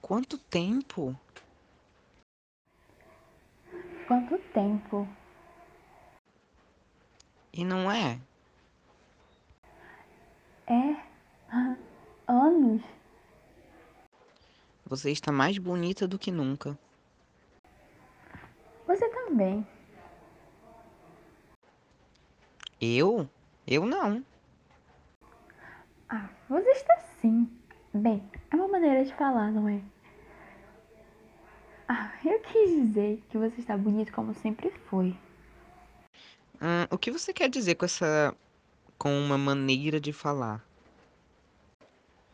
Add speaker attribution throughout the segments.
Speaker 1: Quanto tempo?
Speaker 2: Quanto tempo?
Speaker 1: E não é?
Speaker 2: É? Anos?
Speaker 1: Você está mais bonita do que nunca.
Speaker 2: Você também.
Speaker 1: Eu? Eu não.
Speaker 2: Ah, você está sim. Bem, é uma maneira de falar, não é? Ah, eu quis dizer que você está bonito como sempre foi.
Speaker 1: Hum, o que você quer dizer com essa. com uma maneira de falar?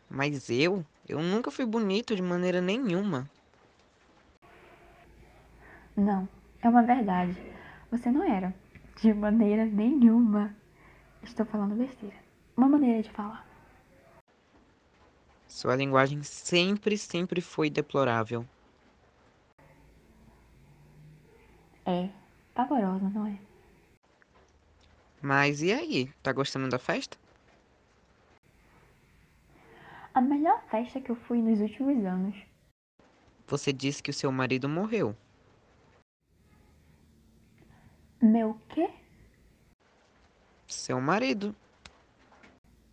Speaker 1: Mas eu? Eu nunca fui bonito de maneira nenhuma.
Speaker 2: Não, é uma verdade. Você não era. De maneira nenhuma. Estou falando besteira. Uma maneira de falar.
Speaker 1: Sua linguagem sempre, sempre foi deplorável.
Speaker 2: É. Pavorosa, não é?
Speaker 1: Mas e aí? Tá gostando da festa?
Speaker 2: A melhor festa que eu fui nos últimos anos.
Speaker 1: Você disse que o seu marido morreu.
Speaker 2: Meu quê?
Speaker 1: Seu marido.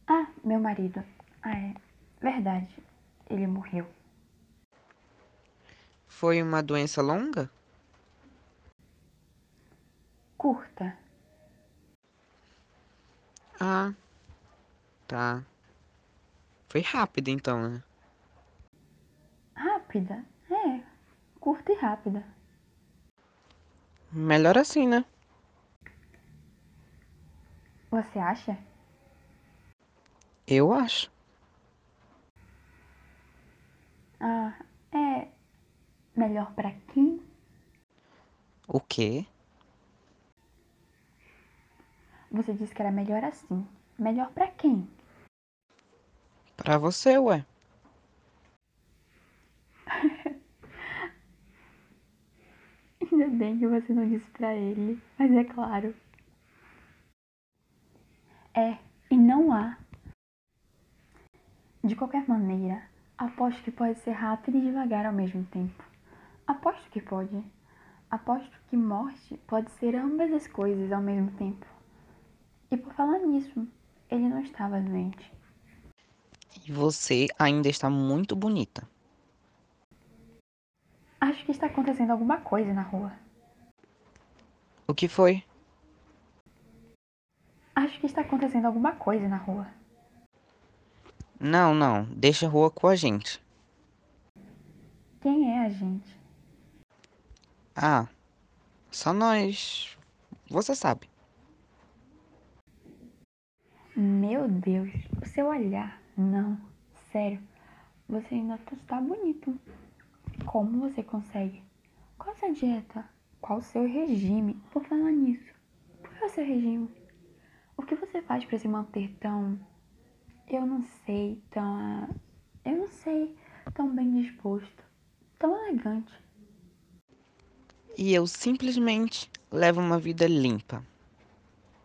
Speaker 2: Ah, meu marido. Ah, é. Verdade. Ele morreu.
Speaker 1: Foi uma doença longa?
Speaker 2: Curta.
Speaker 1: Ah, tá. Foi rápido então, né?
Speaker 2: Rápida? É. Curta e rápida.
Speaker 1: Melhor assim, né?
Speaker 2: Você acha?
Speaker 1: Eu acho.
Speaker 2: Ah, é. Melhor pra quem?
Speaker 1: O quê?
Speaker 2: Você disse que era melhor assim. Melhor pra quem?
Speaker 1: Pra você, ué.
Speaker 2: Ainda bem que você não disse pra ele, mas é claro. É, e não há. De qualquer maneira, aposto que pode ser rápido e devagar ao mesmo tempo. Aposto que pode. Aposto que morte pode ser ambas as coisas ao mesmo tempo. E por falar nisso, ele não estava doente.
Speaker 1: E você ainda está muito bonita.
Speaker 2: Acho que está acontecendo alguma coisa na rua.
Speaker 1: O que foi?
Speaker 2: Acho que está acontecendo alguma coisa na rua.
Speaker 1: Não, não. Deixa a rua com a gente.
Speaker 2: Quem é a gente?
Speaker 1: Ah, só nós. Você sabe.
Speaker 2: Meu Deus, o seu olhar. Não, sério. Você ainda está bonito. Como você consegue? Qual a sua dieta? Qual o seu regime? Por falar nisso, qual é o seu regime? O que você faz para se manter tão. Eu não sei, tão. ah, Eu não sei, tão bem disposto, tão elegante.
Speaker 1: E eu simplesmente levo uma vida limpa.